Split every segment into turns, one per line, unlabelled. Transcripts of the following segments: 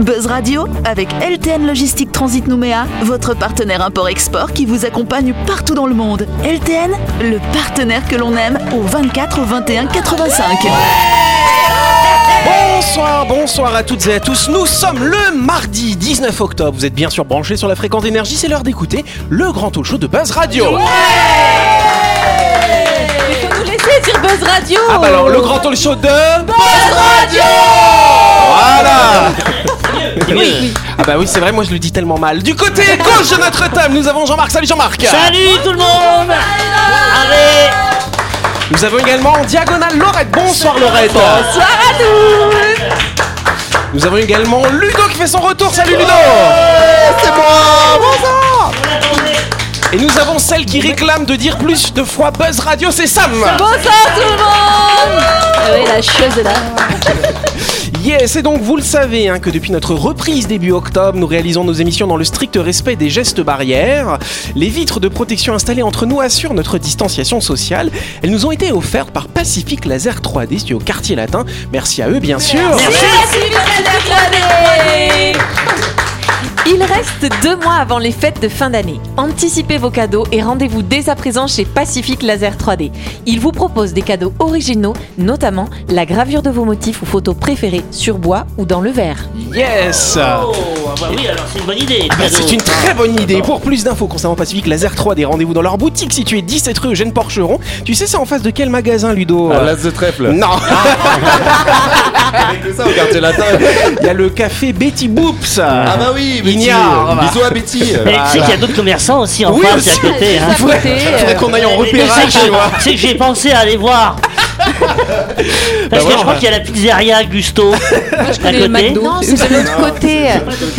Buzz Radio avec LTN Logistique Transit Nouméa, votre partenaire import-export qui vous accompagne partout dans le monde. LTN, le partenaire que l'on aime au 24 au 21 85.
Bonsoir, bonsoir à toutes et à tous. Nous sommes le mardi 19 octobre. Vous êtes bien sûr branchés sur la fréquence énergie. C'est l'heure d'écouter le grand talk show de Buzz Radio.
Il faut nous laisser dire Buzz Radio
ah bah alors, le grand talk show de Buzz Radio Voilà Ah bah oui, c'est vrai, moi je le dis tellement mal. Du côté gauche de notre table, nous avons Jean-Marc. Salut Jean-Marc
Salut tout le monde Allez
Nous avons également en diagonale Laurette. Bonsoir Laurette
Bonsoir à tous
Nous avons également Ludo qui fait son retour. Salut Ludo C'est moi Bonsoir Et nous avons celle qui réclame de dire plus de fois Buzz Radio, c'est Sam
Bonsoir tout le monde Ah oui, la chieuse est là.
Yes, et donc vous le savez hein, que depuis notre reprise début octobre, nous réalisons nos émissions dans le strict respect des gestes barrières. Les vitres de protection installées entre nous assurent notre distanciation sociale. Elles nous ont été offertes par Pacific Laser 3D, situé au quartier latin. Merci à eux bien sûr.
Merci Michel
Il reste deux mois avant les fêtes de fin d'année. Anticipez vos cadeaux et rendez-vous dès à présent chez Pacific Laser 3D. Ils vous proposent des cadeaux originaux, notamment la gravure de vos motifs ou photos préférées sur bois ou dans le verre.
Yes
Oh, ah bah oui, alors c'est une bonne idée.
Bah, c'est une très bonne idée. Pour plus d'infos concernant Pacific Laser 3D, rendez-vous dans leur boutique située 17 rue Eugène Porcheron. Tu sais, c'est en face de quel magasin, Ludo
À l'as de trèfle.
Non,
C'est ça au quartier latin.
il y a le café Betty Boops.
Ah bah oui, Betty.
Ignare, voilà.
Bisous à Betty.
Mais tu sais qu'il y a d'autres commerçants aussi en
Oui,
France, c'est à
aussi.
Côté, hein.
Juste à
Faudrait,
côté,
faudrait
euh,
qu'on aille en
Mais
repérage,
c'est que-
tu vois. Bah,
c'est que j'ai pensé à aller voir. Parce que
voilà.
je crois qu'il y a la pizzeria Gusto à
le
côté.
McDo. Non, c'est de l'autre côté.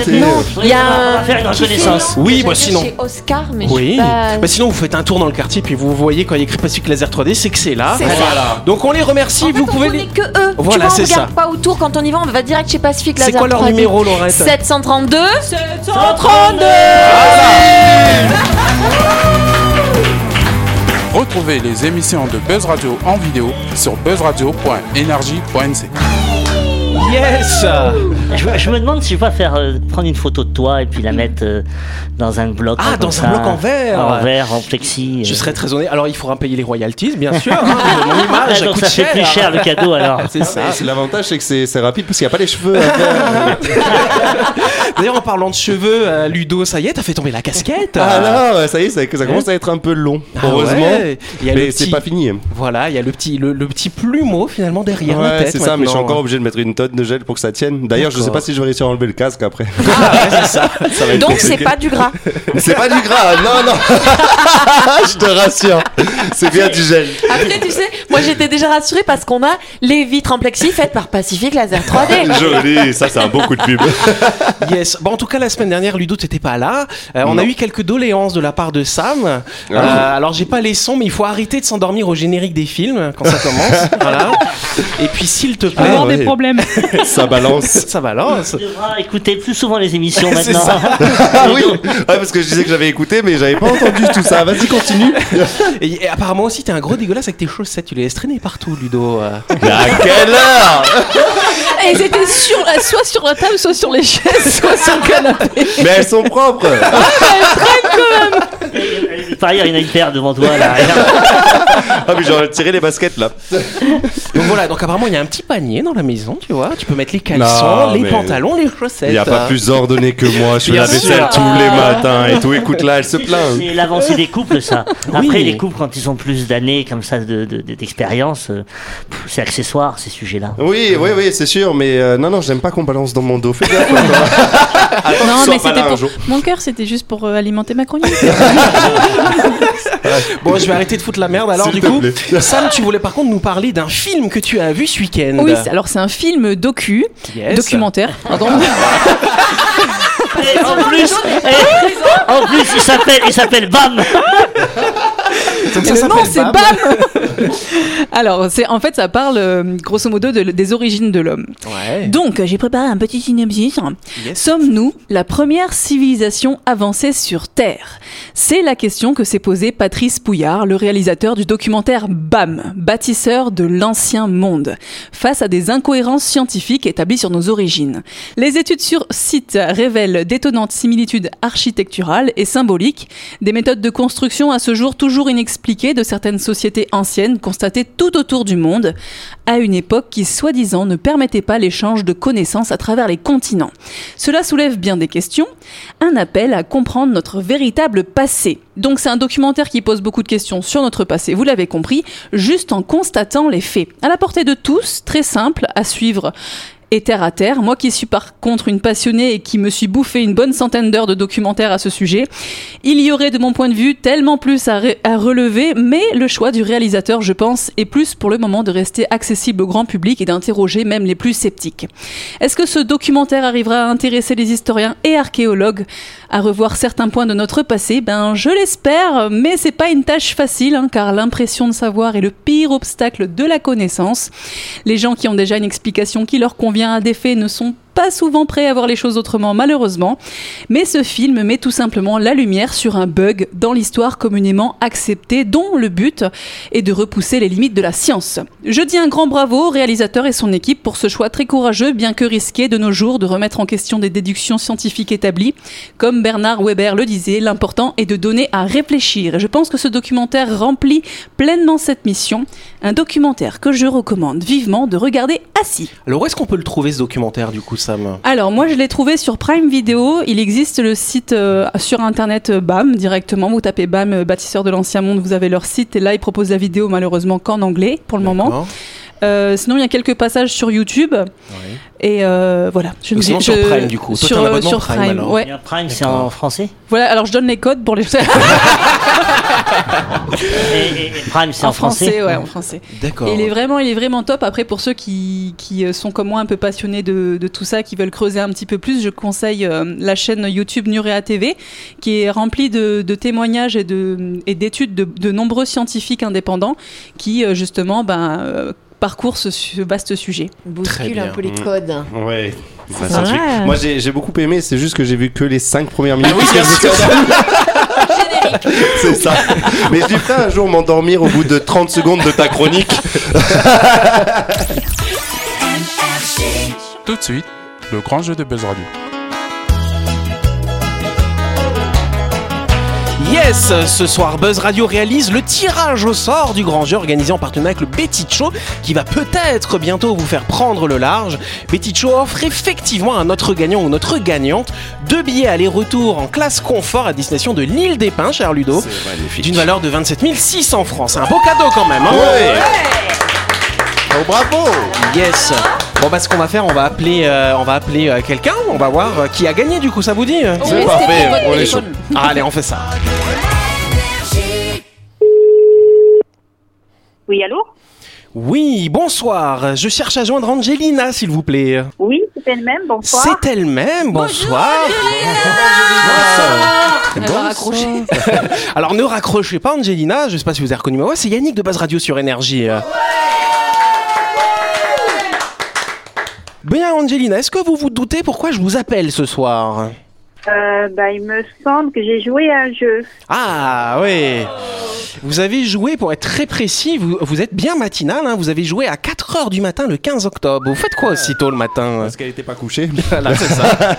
Non,
il y a
on va
un-
faire une reconnaissance.
Oui,
moi
bah sinon.
Chez Oscar, mais je
Oui.
suis pas-
Bah sinon, vous faites un tour dans le quartier, puis vous voyez quand il y a écrit Pacific Laser 3D, c'est que c'est là.
Ah.
C'est ça.
Donc on les remercie.
En fait,
vous
on
pouvez.
connaît
les-
que eux.
Voilà,
tu vois,
c'est
on regarde
ça.
pas autour quand on y va, on va direct chez Pacific
C'est
Laser
quoi leur
3D.
numéro, Laurette
732
132
Retrouvez les émissions de Buzz Radio en vidéo sur buzzradio.energie.nc.
Yes.
Je, je me demande si je vais pas faire euh, prendre une photo de toi et puis la mettre euh, dans un bloc.
Ah,
comme
dans un
ça,
bloc en verre.
En verre, en plexi.
Je
euh.
serais très honnête. Alors il faudra payer les royalties, bien sûr. hein. Mon
Ah,
image,
donc
coûte
ça fait plus cher le cadeau alors.
C'est ça.
Ah, c'est- L'avantage c'est que c'est c'est rapide parce qu'il n'y a pas les cheveux. hein. à faire.
D'ailleurs, en parlant de cheveux, euh, Ludo, ça y est, t'as fait tomber la casquette.
Ah là, ça y est, ça, ça commence à être un peu long.
Ah
heureusement,
ouais. Il y a le
mais
petit-
c'est pas fini.
Voilà, il y a le petit, le, le petit plumeau finalement derrière la
Ouais,
tête.
c'est ça, mais je suis
maintenant.
encore obligé de mettre une tonne de gel pour que ça tienne. D'ailleurs, je sais
D'accord.
pas si je vais réussir à enlever le casque après.
Ah, ouais, c'est ça.
Ça va être
Donc c'est
compliqué.
pas du gras.
C'est pas du gras, non, non. je te rassure. C'est bien du gel.
Après, tu sais, moi j'étais déjà rassurée parce qu'on a les vitres en plexi faites par Pacific Laser
Ah
3D.
Joli, ça c'est un beau coup de pub.
Yes. Bon, en tout cas, la semaine dernière, Ludo, t'étais pas là. Euh, on a eu quelques doléances de la part de Sam. Euh,
Ah.
alors, j'ai pas les sons, mais il faut arrêter de s'endormir au générique des films quand ça commence. voilà. Et puis, s'il te plaît,
Ah, ouais. Ça balance.
ça balance.
Tu devras écouter plus souvent les émissions
C'est
maintenant.
Ah oui, ouais, parce que je disais que j'avais écouté, mais j'avais pas entendu tout ça. Vas-y, continue.
Et, et apparemment aussi, t'es un gros dégueulasse avec tes chaussettes. Tu les laisses traîner partout, Ludo. Euh,
Mais à quelle heure
Et ils étaient sur,
euh,
la- soit sur la table, soit sur les chaises, soit sur le canapé.
Mais elles sont propres.
Par ailleurs, il y en a une paire devant toi là.
Ah, mais j'aurais tiré les baskets là.
Donc voilà. Donc apparemment, il y a un petit panier dans la maison. Tu vois, tu peux mettre les
Non,
caleçons, les
mais-
pantalons, les chaussettes.
Il n'y a pas plus ordonné que moi. Je fais
Bien
la vaisselle
sûr.
tous les matins et tout. Écoute là, elle se plaint.
C'est l'avancée des couples, ça. Après,
Oui.
les couples, quand ils ont plus d'années comme ça de- de- de- d'expérience, euh, pff, c'est accessoire ces sujets-là.
Oui, oui, oui, c'est sûr, mais euh, non, non, j'aime pas qu'on balance dans mon dos. Fais gaffe. hein. Attends, que tu
Non,
sois
mais
pas
c'était
là un
pour.
jour.
Mon cœur, c'était juste pour euh, alimenter ma chronique.
Bon, je vais arrêter de foutre la merde. Alors
S'il
du
te
coup,
plaît.
Sam, tu voulais par contre nous parler d'un film que tu as vu ce week-end.
oui, c'est- alors c'est un film docu,
Yes.
documentaire. Pardon.
Et en plus, et- en plus, il s'appelle, il s'appelle Bam.
Donc, ça
Le nom,
s'appelle
c'est
Bam.
Bam Alors, c'est en fait, ça parle euh, grosso modo de- des origines de l'homme.
Ouais.
Donc, j'ai préparé un petit synopsis.
Yes.
Sommes-nous la première civilisation avancée sur Terre C'est la question que s'est posée Patrice Pouillard, le réalisateur du documentaire BAM, bâtisseur de l'ancien monde, face à des incohérences scientifiques établies sur nos origines. Les études sur site révèlent d'étonnantes similitudes architecturales et symboliques, des méthodes de construction à ce jour toujours inexpliquées de certaines sociétés anciennes constatées tout autour du monde, à une époque qui soi-disant ne permettait pas l'échange de connaissances à travers les continents. Cela soulève bien des questions, un appel à comprendre notre véritable passé. Donc c'est un documentaire qui pose beaucoup de questions sur notre passé, vous l'avez compris, juste en constatant les faits. À la portée de tous, très simple à suivre et terre à terre. Moi qui suis par contre une passionnée et qui me suis bouffé une bonne centaine d'heures de documentaires à ce sujet, il y aurait de mon point de vue tellement plus à, re- à relever, mais le choix du réalisateur, je pense, est plus pour le moment de rester accessible au grand public et d'interroger même les plus sceptiques. Est-ce que ce documentaire arrivera à intéresser les historiens et archéologues à revoir certains points de notre passé Ben, je l'espère, mais c'est pas une tâche facile, hein, car l'impression de savoir est le pire obstacle de la connaissance. Les gens qui ont déjà une explication qui leur convient à des faits ne sont pas souvent prêts à voir les choses autrement, malheureusement. Mais ce film met tout simplement la lumière sur un bug dans l'histoire communément acceptée, dont le but est de repousser les limites de la science. Je dis un grand bravo au réalisateur et son équipe pour ce choix très courageux, bien que risqué de nos jours, de remettre en question des déductions scientifiques établies. Comme Bernard Weber le disait, l'important est de donner à réfléchir. Et je pense que ce documentaire remplit pleinement cette mission. Un documentaire que je recommande vivement de regarder assis.
Alors où est-ce qu'on peut le trouver ce documentaire du coup Sam
Alors moi je l'ai trouvé sur Prime Video, il existe le site euh, sur internet euh, BAM directement, vous tapez BAM euh, bâtisseur de l'ancien monde, vous avez leur site et là ils proposent la vidéo malheureusement qu'en anglais pour le moment.
Hein
Euh, sinon il y a quelques passages sur YouTube et euh, voilà. Je
Donc,
ne
sinon,
sais-
sur
je-
Prime, du coup. Toi,
sur,
t'as un
euh,
abonnement
sur
Prime,
Prime,
alors.
ouais.
Et un Prime, c'est en français
Voilà, alors je donne les codes pour les...
et, et- et Prime, c'est en, français,
ouais, en français.
D'accord.
Et il est vraiment, il est vraiment top. Après, pour ceux qui, qui euh, sont comme moi un peu passionnés de, de tout ça, qui veulent creuser un petit peu plus, je conseille euh, la chaîne YouTube Nurea TV, qui est remplie de, de témoignages et de et d'études de, de nombreux scientifiques indépendants qui euh, justement ben, euh, parcourent ce, su- vaste sujet.
Très
Bouscule
bien. Mm.
un peu les codes.
Ouais. Ça,
C'est
c'est un truc.
vrai.
Moi j'ai j'ai beaucoup aimé, c'est juste que j'ai vu que les 5 premières minutes.
oui, bien
parce que
sûr.
j'étais en- C'est ça. Mais je devrais un jour m'endormir au bout de 30 secondes de ta chronique.
Tout de suite, le grand jeu de Buzz Radio.
Yes, ce soir Buzz Radio réalise le tirage au sort du grand jeu organisé en partenariat avec le Petit Show qui va peut-être bientôt vous faire prendre le large. Petit Show offre effectivement à notre gagnant ou notre gagnante deux billets aller-retour en classe confort à destination de l'île des Pins, cher Ludo,
magnifique.
d'une valeur de 27 600 francs. C'est un beau cadeau quand même. hein
Oh, bravo
Yes. Bon bah ce qu'on va faire, on va appeler, euh, on va appeler euh, quelqu'un, on va voir euh, qui a gagné du coup, ça vous dit euh
C'est parfait, on est chaud.
Ah, Allez, on fait ça.
Oui, allô
Oui, bonsoir. Je cherche à joindre Angelina, s'il vous plaît.
Oui, c'est elle-même, bonsoir.
C'est elle-même, bonsoir.
Elle va raccrocher.
Alors ne raccrochez pas Angelina, je sais pas si vous avez reconnu ma voix, c'est Yannick de Base Radio sur Énergie. Bien Angelina, est-ce que vous vous doutez pourquoi je vous appelle ce soir
Euh, bah, il me semble que j'ai joué à un jeu.
Ah oui Vous avez joué, pour être très précis, vous, vous êtes bien matinal, hein, vous avez joué à 4h du matin le 15 octobre. Vous faites quoi aussi tôt le matin
Parce qu'elle n'était pas couchée.
Voilà, c'est ça.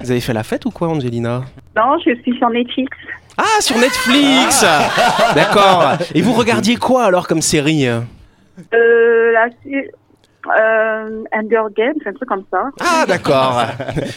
Vous avez fait la fête ou quoi Angelina
Non, je suis sur Netflix.
Ah, sur Netflix D'accord. Et vous regardiez quoi alors comme série
Euh, la, euh, Under Games, un truc comme ça.
Ah, d'accord.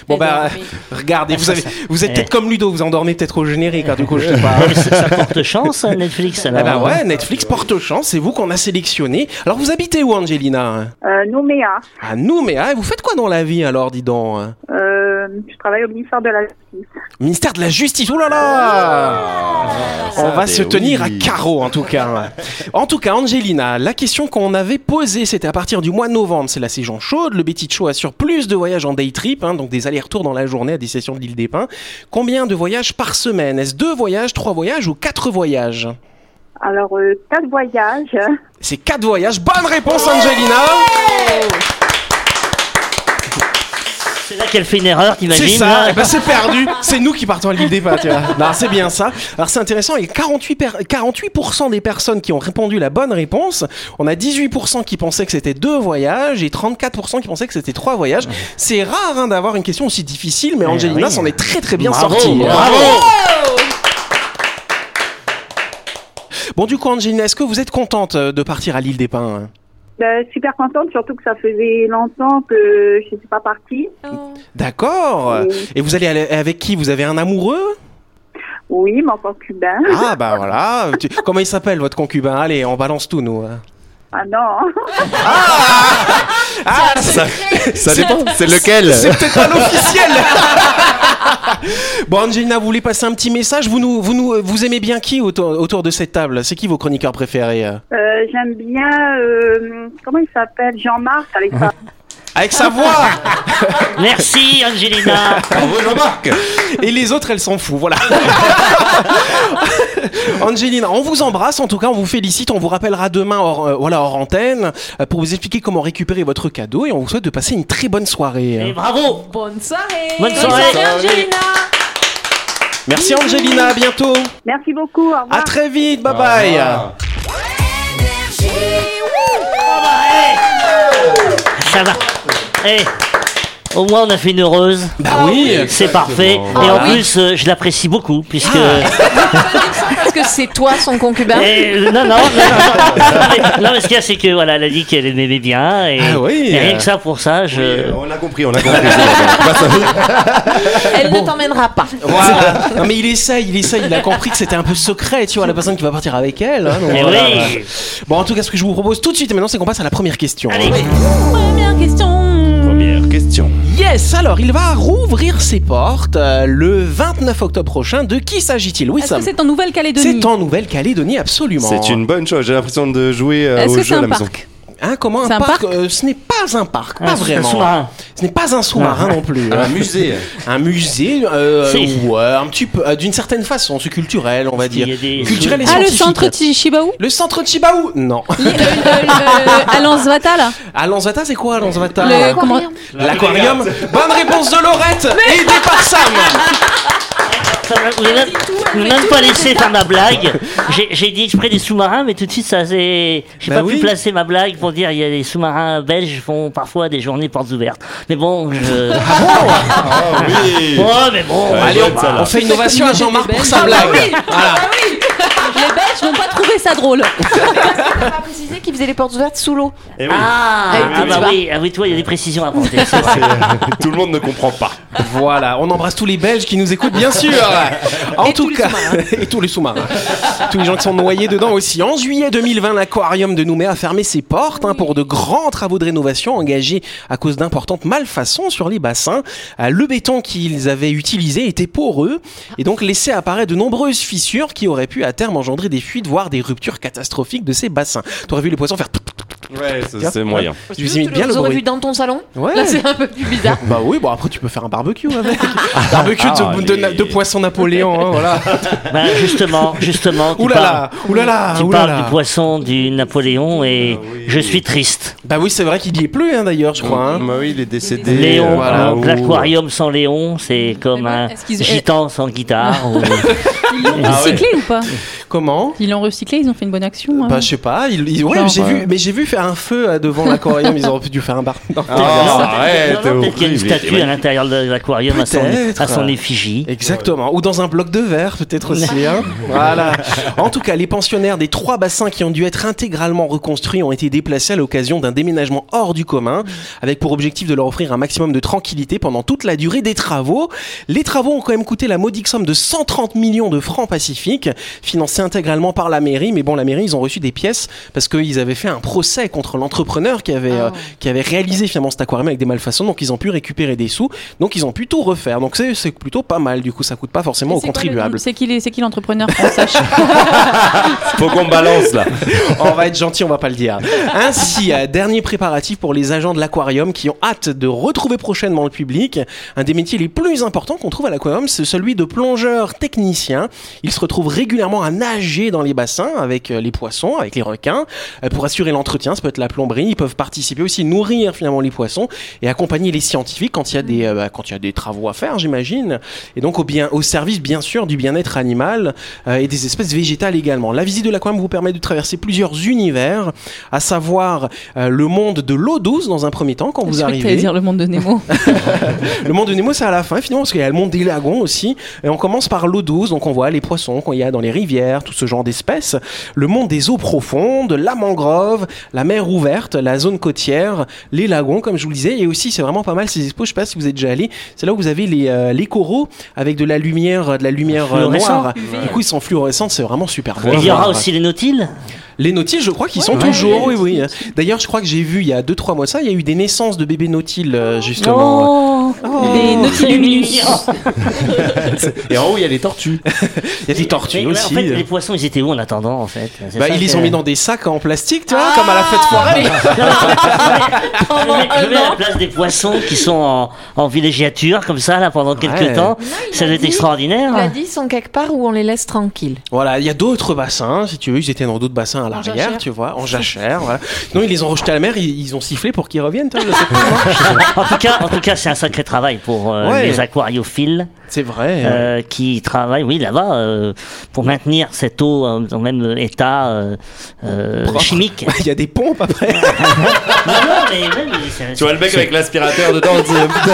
Bon, bah, regardez, vous, avez, vous êtes
Eh.
peut-être comme Ludo, vous endormez peut-être au générique, hein, du coup, je sais pas.
Ouais, mais ça, ça porte chance, euh, Netflix, alors.
Eh ben ouais, Netflix porte chance, c'est vous qu'on a sélectionné. Alors, vous habitez où, Angelina
Euh, Nouméa,
À Nouméa. Et vous faites quoi dans la vie, alors, dis donc
euh, je travaille au ministère de la Justice.
Ministère de la Justice, oh là
Ah.
là On
ben
va se tenir à carreau en tout cas. En tout cas, Angelina, la question qu'on avait posée, c'était à partir du mois de novembre, c'est la saison chaude, le Petit Show assure plus de voyages en day trip, hein, donc des allers-retours dans la journée à destination de l'île des Pins. Combien de voyages par semaine Est-ce deux voyages, trois voyages ou quatre voyages
Alors, euh, quatre voyages. Euh,
C'est quatre voyages. Bonne réponse, Angelina.
C'est là qu'elle fait une erreur,
C'est
t'imagines
ça.
là
Eh ben, c'est perdu. C'est nous qui partons à l'île des Pâtes. tu vois. Non, c'est bien ça. Alors c'est intéressant. Et 48 per- 48% des personnes qui ont répondu la bonne réponse, on a 18% qui pensaient que c'était deux voyages et 34% qui pensaient que c'était trois voyages. C'est rare hein, d'avoir une question aussi difficile, mais
Eh
Angelina
oui.
s'en est très très bien
Bravo,
sortie.
bravo.
Bon, du coup, Angelina, est-ce que vous êtes contente euh, de partir à l'île des Pins hein
Ben, super contente, surtout que ça faisait longtemps que je n'étais pas partie.
D'accord.
Oui.
Et vous allez aller- avec qui Vous avez un amoureux
Oui, mon concubin.
Ah bah voilà. Tu- Comment il s'appelle votre concubin Allez, on balance tout nous. hein.
Ah non.
Ah,
Ça, ça dépend, c'est lequel
c'est peut-être pas l'officiel. bon, Angelina, vous voulez passer un petit message Vous nous, vous nous, vous aimez bien qui autour, autour de cette table C'est qui vos chroniqueurs préférés euh
Euh, J'aime bien. euh, comment il s'appelle Jean-Marc avec sa.
Avec sa voix.
Merci, Angelina
Bravo Jean-Marc
Et les autres, elles s'en foutent, voilà. Angelina, on vous embrasse, en tout cas, on vous félicite, on vous rappellera demain hors, euh, voilà, hors antenne euh, pour vous expliquer comment récupérer votre cadeau et on vous souhaite de passer une très bonne
Et
soirée. hein.
bravo
Bonne soirée
Bonne soirée.
Angelina
Merci Angelina, à bientôt.
Merci beaucoup. Au revoir.
À très vite, bye bye.
Ça va Eh, Au moins, on a fait une heureuse.
Bah oui.
Euh, C'est parfait. Et en plus, euh, je l'apprécie beaucoup, puisque...
Parce que c'est toi son concubin
Eh, euh, non, non, non, non, non, non, mais, non, mais ce qu'il y a, c'est que voilà, elle a dit qu'elle aimait bien, et,
Ah oui,
et rien
euh.
que ça pour ça, je.
On a compris, on a compris. Bah, ça va.
Elle ne t'emmènera pas
Voilà. Non mais il essaye, il essaye, il a compris que c'était un peu secret, tu vois, la personne qui va partir avec elle. hein, donc
Eh
voilà.
oui.
Bon, en tout cas, ce que je vous propose tout de suite et maintenant, c'est qu'on passe à la première question. hein.
Allez. Ah,
Première question.
Première question.
Yes, alors il va rouvrir ses portes euh, le 29 octobre prochain. De qui s'agit-il Oui,
Est-ce
Sam.
que c'est en Nouvelle-Calédonie
C'est en Nouvelle-Calédonie, absolument.
C'est une bonne chose, j'ai l'impression de jouer euh,
Est-ce
au
que c'est
jeu à la
un
maison.
parc
Hein, comment un
C'est un
parc,
parc Ah,
Euh, Ce n'est pas un parc, pas
Un sou- un
vraiment.
sous-marin.
Ce n'est pas un sous-marin non plus. hein.
musée
Un musée, euh,
Si.
ouais, un petit peu, euh, d'une certaine façon, c'est culturel, on va
Il y a
dire.
des-
Culturel et
Ah, le
scientifique.
centre Chibaou
Le centre Chibaou Non.
À Lansvata, là
À Lanzata, c'est quoi
Ah.
Lanzata
Le- comment-
L'aquarium. Bonne réponse de Laurette, aidée par Sam.
Ça va, Vous n'avez même, même pas laissé faire ma blague. J'ai- J'ai dit exprès des sous-marins, mais tout de suite, ça c'est. J'ai
Bah
pas
oui.
pu placer ma blague pour dire il y a des sous-marins belges qui font parfois des journées portes ouvertes. Mais bon, je.
Ah oui
oh, mais bon.
Allez, on,
bonne, celle-là.
on fait une ovation à Jean-Marc pour sa
Ah bah
blague.
oui,
Voilà.
ah oui. Les Belges n'ont pas trouvé ça drôle.
On pas précisé qu'il faisait les portes ouvertes sous l'eau.
Eh oui.
Ah,
Ah,
ah
tu
bah
vois.
oui, ah oui, toi, il y a des précisions à apporter. c'est vrai.
C'est- Tout le monde ne comprend pas.
Voilà, on embrasse tous les Belges qui nous écoutent, bien sûr. En tout cas, et tous les sous-marins, tous les gens qui sont noyés dedans aussi. En juillet 2020, l'aquarium de Nouméa a fermé ses portes hein, pour de grands travaux de rénovation engagés à cause d'importantes malfaçons sur les bassins. Euh, Le béton qu'ils avaient utilisé était poreux et donc laissait apparaître de nombreuses fissures qui auraient pu à terme engendrer des fuites, voire des ruptures catastrophiques de ces bassins. T'aurais vu les poissons faire.
Ouais, ça, c'est moyen.
Tu vous imites bien le
Vous aurez vu
bruit.
dans ton salon
Ouais.
Là, c'est un peu plus bizarre.
Bah oui, bon après tu peux faire un barbecue avec. Ah, barbecue de, de-
allez.
de poisson Napoléon, hein, voilà.
Bah, justement, justement. tu
Ouh là
parles-
là, ouh là là,
Ah,
Tu
ouh là
parles
là.
du poisson du Napoléon et je suis triste.
Bah oui, c'est vrai qu'il y est plus hein, d'ailleurs, je crois. hein.
Bah oui, il est décédé.
Léon,
euh, voilà,
donc
au-
l'aquarium sans Léon, c'est comme
Mais
un
est-ce qu'ils- Ah
gitan sans guitare. ou-
Ah
Ils l'ont recyclé ou pas
Comment
Ils l'ont recyclé, ils ont fait une bonne action. hein.
Bah je sais pas, il, il- ouais,
Genre,
j'ai
euh,
vu, mais j'ai vu faire un feu euh, devant l'aquarium, ils auraient dû faire un bar. Non,
Ah,
Non,
arrête,
non, Peut-être qu'il y a une
horrible, il était
statue à l'intérieur de l'aquarium à, son-
Peut-être.
à son effigie.
Exactement, ou dans un bloc de verre peut-être aussi. hein. Voilà. En tout cas, les pensionnaires des trois bassins qui ont dû être intégralement reconstruits ont été déplacés à l'occasion d'un déménagement hors du commun, avec pour objectif de leur offrir un maximum de tranquillité pendant toute la durée des travaux. Les travaux ont quand même coûté la modique somme de 130 millions de francs pacifiques, financés intégralement par la mairie. Mais bon, la mairie, ils ont reçu des pièces parce qu'ils avaient fait un procès contre l'entrepreneur qui avait
Ah.
euh, qui avait réalisé finalement cet aquarium avec des malfaçons. Donc ils ont pu récupérer des sous. Donc ils ont pu tout refaire. Donc c'est c'est plutôt pas mal. Du coup, ça coûte pas forcément
Et
aux
c'est quoi le nom
contribuables.
C'est qui les- c'est qui l'entrepreneur qu'on sache
Faut qu'on balance là.
on va être gentil, on va pas le dire. Ainsi, euh, dernier préparatif pour les agents de l'aquarium qui ont hâte de retrouver prochainement le public. Un des métiers les plus importants qu'on trouve à l'aquarium, c'est celui de plongeur technicien. Ils se retrouvent régulièrement à nager nager dans les bassins avec euh, les poissons, avec les requins, euh, pour assurer l'entretien, ça peut être la plomberie, ils peuvent participer aussi, nourrir finalement les poissons et accompagner les scientifiques quand il y a des, euh, bah, quand il y a des travaux à faire, j'imagine, et donc au, bien, au service bien sûr du bien-être animal euh, et des espèces végétales également. La visite de l'aquarium vous permet de traverser plusieurs univers, à savoir euh, le monde de l'eau douce dans un premier temps quand vous
Je croyais que t'allais
arrivez.
dire le monde de Nemo.
Le monde de Nemo, c'est à la fin, finalement, parce qu'il y a le monde des lagons aussi. Et on commence par l'eau douce, donc on voit les poissons qu'on y a dans les rivières, tout ce genre d'espèces. Le monde des eaux profondes, la mangrove, la mer ouverte, la zone côtière, les lagons, comme je vous le disais. Et aussi, c'est vraiment pas mal ces expos. Je sais pas si vous êtes déjà allé. C'est là où vous avez les, euh, les coraux avec de la lumière, euh, de la lumière euh,
Fluorescent.
noire. Du coup, ils sont fluorescents. C'est vraiment super. beau.
Il y aura aussi les nautiles.
Les nautiles, je crois qu'ils sont toujours. Oui, oui. D'ailleurs, je crois que j'ai vu il y a 2-3 mois de ça, il y a eu des naissances de bébés nautiles, euh, justement. Oh.
Les Nautiluminus.
Oh. Et en haut, il y a les tortues.
Il y a des tortues
Mais, mais
aussi. hein.
En fait, les poissons, ils étaient où en attendant, en fait C'est Ah
Bah,
ça
ils les
que-
ont mis dans des sacs en plastique, tu vois, comme à la fête foraine.
Je mets, je mets à la place des poissons qui sont en, en villégiature, comme ça, là, pendant quelques
Ouais.
temps. ça doit être
Tu l'as
extraordinaire.
dit, ils sont quelque part où on les laisse tranquilles.
Voilà, il y a d'autres bassins, si tu veux, ils étaient dans d'autres bassins à l'arrière,
jachère.
tu vois, en jachère. voilà. Non, ils les ont rejetés à la mer, ils, ils ont sifflé pour qu'ils reviennent, tu vois, je sais pas.
En tout cas, en tout cas, c'est un sacré travail pour euh,
Ouais.
les aquariophiles
C'est vrai. ouais.
euh, qui travaillent, oui, là-bas, euh, pour maintenir cette eau euh, dans le même état euh, euh,
Propre.
chimique.
Il y a des pompes après.
non, non, mais, mais c'est-
Tu vois le mec avec l'aspirateur dedans. on dit- euh,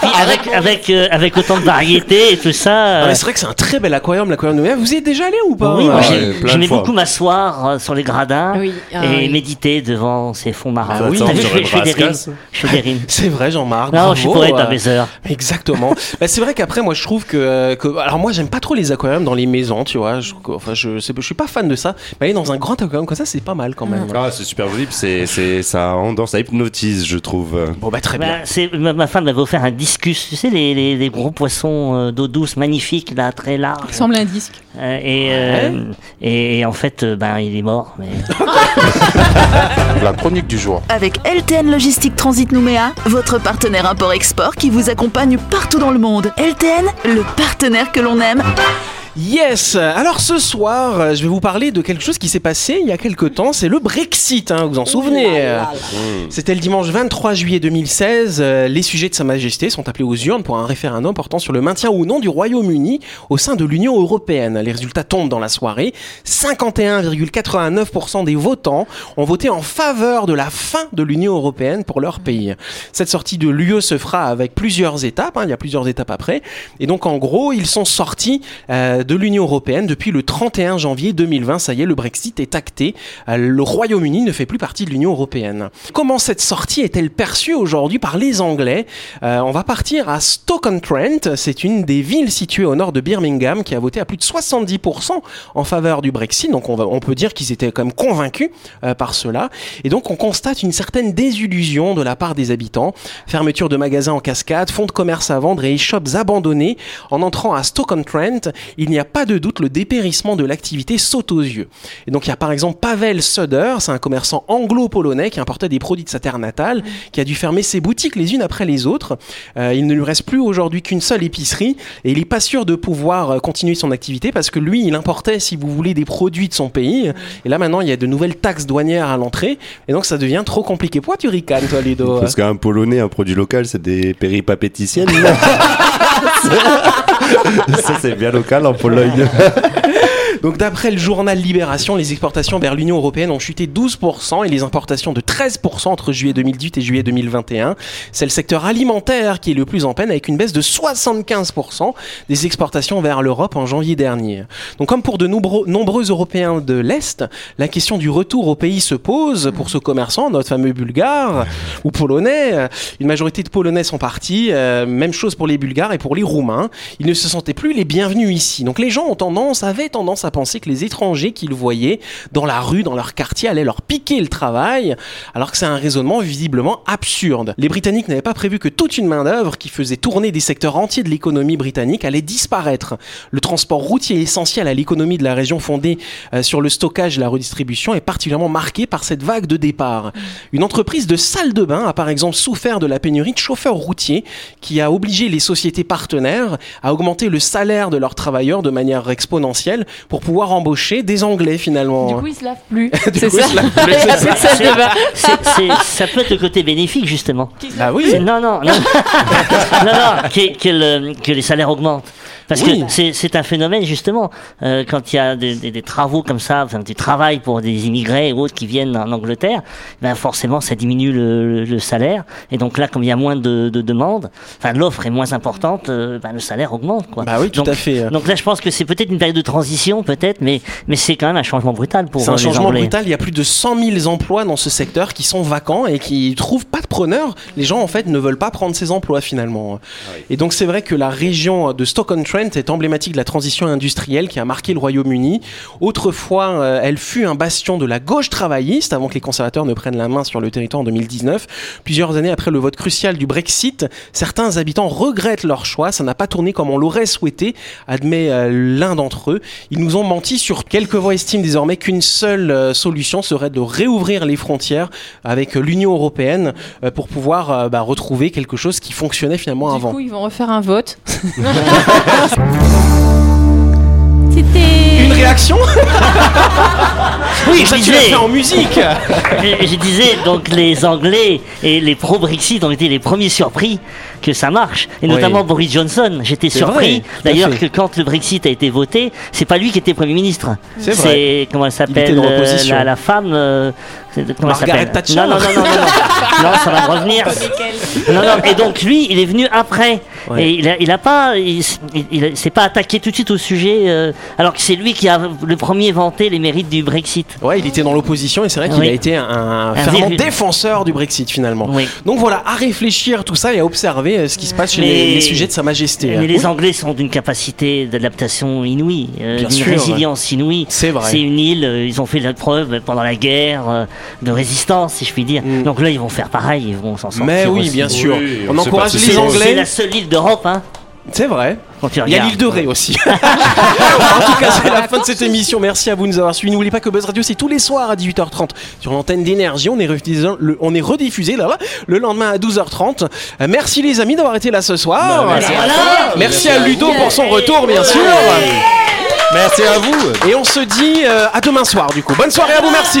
Puis avec avec euh, avec autant de variétés et tout ça.
Ah,
euh,
mais c'est vrai que c'est un très bel aquarium, l'aquarium de mer. Vous y êtes déjà allé ou pas
oui, moi,
ouais,
j'ai-
plein de
j'aimais
fois.
beaucoup m'asseoir euh, sur les gradins
Oui,
et
ah oui.
méditer devant ces fonds marins.
Ah oui,
T'as vu, je, fais-
j'aurais
je fais
le
des
bras à
rimes.
se
Je fais des rimes.
C'est vrai, Jean-Marc.
Non,
bravo,
je suis poète
euh,
à mes heures.
Exactement. Bah, c'est vrai qu'après, moi, je trouve que, euh, que- alors moi, j'aime pas trop les aquariums dans les maisons, tu vois. Je, trouve que- enfin, je, c'est- je suis pas fan de ça. Mais aller dans un grand aquarium comme ça, c'est pas mal quand même.
Ah, c'est super joli, puis c'est, c'est, ça endort, ça hypnotise, je trouve.
Bon, bah, très bien.
Ben, c'est- ma, ma femme m'avait offert un discus, tu sais, les, les, les gros poissons euh, d'eau douce magnifiques, là, très larges.
Semble un disque.
Euh, et, euh, et, et en fait, euh, ben, il est mort. Mais...
La chronique du jour.
Avec LTN Logistique Transit Nouméa, votre partenaire import-export qui vous accompagne partout dans le monde. LTN, le partenaire que l'on aime.
Yes Alors ce soir, euh, je vais vous parler de quelque chose qui s'est passé il y a quelque temps, c'est le Brexit, hein, vous en souvenez C'était le dimanche 23 juillet 2016, euh, les sujets de Sa Majesté sont appelés aux urnes pour un référendum portant sur le maintien ou non du Royaume-Uni au sein de l'Union Européenne. Les résultats tombent dans la soirée, 51,89% des votants ont voté en faveur de la fin de l'Union Européenne pour leur pays. Cette sortie de l'UE se fera avec plusieurs étapes, hein, il y a plusieurs étapes après, et donc en gros, ils sont sortis euh, de l'Union européenne depuis le 31 janvier 2020. Ça y est, le Brexit est acté. Euh, le Royaume-Uni ne fait plus partie de l'Union européenne. Comment cette sortie est-elle perçue aujourd'hui par les Anglais Euh, On va partir à Stoke-on-Trent. C'est une des villes situées au nord de Birmingham qui a voté à plus de 70% en faveur du Brexit. Donc on, va- on peut dire qu'ils étaient quand même convaincus euh, par cela. Et donc on constate une certaine désillusion de la part des habitants. Fermeture de magasins en cascade, fonds de commerce à vendre et e-shops abandonnés. En entrant à Stoke-on-Trent, il n'y a pas de doute, le dépérissement de l'activité saute aux yeux. Et donc il y a par exemple Pavel Söder, c'est un commerçant anglo-polonais qui importait des produits de sa terre natale, qui a dû fermer ses boutiques les unes après les autres. Euh, il ne lui reste plus aujourd'hui qu'une seule épicerie et il n'est pas sûr de pouvoir euh, continuer son activité parce que lui, il importait, si vous voulez, des produits de son pays. Et là maintenant, il y a de nouvelles taxes douanières à l'entrée et donc ça devient trop compliqué. Pourquoi tu ricanes, toi, Ludo
Parce qu'un polonais, un produit local, c'est des péripapéticiennes. ça, c'est bien local en Pologne.
Donc d'après le journal Libération, les exportations vers l'Union européenne ont chuté 12% et les importations de 13% entre juillet 2018 et juillet 2021. C'est le secteur alimentaire qui est le plus en peine avec une baisse de 75% des exportations vers l'Europe en janvier dernier. Donc comme pour de nombreux, nombreux Européens de l'Est, la question du retour au pays se pose pour ce commerçant, notre fameux Bulgare ou Polonais. Une majorité de Polonais sont partis, euh, même chose pour les Bulgares et pour les Roumains. Ils ne se sentaient plus les bienvenus ici. Donc les gens ont tendance, avaient tendance à penser que les étrangers qu'ils voyaient dans la rue, dans leur quartier, allaient leur piquer le travail, alors que c'est un raisonnement visiblement absurde. Les Britanniques n'avaient pas prévu que toute une main-d'œuvre qui faisait tourner des secteurs entiers de l'économie britannique allait disparaître. Le transport routier est essentiel à l'économie de la région fondée euh, sur le stockage et la redistribution est particulièrement marqué par cette vague de
Mm.
départ. Une entreprise de salle de bain a par exemple souffert de la pénurie de chauffeurs routiers qui a obligé les sociétés partenaires à augmenter le salaire de leurs travailleurs de manière exponentielle pour pouvoir embaucher des Anglais finalement.
Du coup, ils se lavent plus.
Du
C'est
coup,
ça.
ils se lavent plus,
Il y a
c'est
plus de
ça.
salle de bain.
C'est- c'est- ça peut être le côté bénéfique justement.
Bah
C'est-
oui.
Non, non, non, non, non, que, que le- que les salaires augmentent. Parce
Oui.
que c'est- c'est un phénomène, justement, euh, quand il y a des, des- des travaux comme ça, enfin, du travail pour des immigrés ou autres qui viennent en Angleterre, ben forcément, ça diminue le, le- le salaire. Et donc là, comme il y a moins de, de demandes, enfin, l'offre est moins importante, euh, ben, le salaire augmente. Quoi.
Bah oui, tout
donc,
à fait.
donc là, je pense que c'est peut-être une période de transition, peut-être, mais, mais c'est quand même un changement brutal pour
C'est un
euh, les
changement
Anglais.
brutal. Il y a plus de 100 000 emplois dans ce secteur qui sont vacants et qui trouvent pas de preneurs. Les gens, en fait, ne veulent pas prendre ces emplois finalement. Et donc, c'est vrai que la région euh, de Stoke-on-Trent est emblématique de la transition industrielle qui a marqué le Royaume-Uni. Autrefois, euh, elle fut un bastion de la gauche travailliste avant que les conservateurs ne prennent la main sur le territoire en 2019. Plusieurs années après le vote crucial du Brexit, certains habitants regrettent leur choix. Ça n'a pas tourné comme on l'aurait souhaité, admet euh, l'un d'entre eux. Ils nous ont menti sur quelques voix estiment désormais qu'une seule euh, solution serait de réouvrir les frontières avec euh, l'Union européenne euh, pour pouvoir euh, bah, retrouver quelque chose qui fonctionnait finalement
Du
avant.
coup, ils vont refaire un vote.
Une réaction
Oui,
Ça,
je
tu l'as
disais,
fait en musique
je, je disais, donc les Anglais et les pro-Brexit ont été les premiers surpris que ça marche, et
Oui.
notamment Boris Johnson. J'étais
C'est
surpris
vrai, tout à
d'ailleurs que
fait.
quand le Brexit a été voté, c'est pas lui qui était Premier ministre.
C'est vrai.
comment elle
Il était
s'appelle
dans
euh,
l'opposition.
la, la femme euh, c'est- comment elle
Margaret
s'appelle
Thatcher.
Non, non, non, non, non, non. Non, ça va me revenir. Non, non, et donc lui, il est venu après.
Ouais.
Et il a, il a pas, il, s- il- il a- s'est pas attaqué tout de suite au sujet, euh, alors que c'est lui qui a le premier vanté les mérites du Brexit.
Ouais, il était dans l'opposition et c'est vrai qu'il
Oui.
a été un, un
Un
fervent
viril.
défenseur du Brexit finalement.
Oui.
Donc voilà, à réfléchir tout ça et à observer euh, ce qui se passe chez
Mais-
les, les sujets de Sa Majesté. hein.
Mais
Oui.
les Anglais sont d'une capacité d'adaptation inouïe, euh,
Bien
d'une
sûr,
résilience inouïe.
C'est vrai.
C'est une île, euh, ils ont fait la preuve pendant la guerre euh, de résistance, si je puis dire.
Mm.
Donc là, ils vont faire pareil, ils vont s'en sortir.
Mais oui,
aussi.
bien sûr.
Oui,
on
on sait
encourage
pas si
les
c'est-
C'est
Anglais.
la seule île d'Europe, hein,
C'est vrai.
quand tu
Il y a
regardes.
l'île de Ré aussi. en tout cas, c'est la fin de cette émission. Merci à vous de nous avoir suivis. N'oubliez pas que Buzz Radio, c'est tous les soirs à 18h30 sur l'antenne d'énergie. On est rediffusé, le, on est rediffusé là, le lendemain à 12h30. Euh, merci les amis d'avoir été là ce soir.
Bah, merci
merci,
Voilà.
à Ludo pour son retour, bien sûr.
Merci à vous.
Et on se dit euh, à demain soir, du coup. Bonne soirée à vous, merci.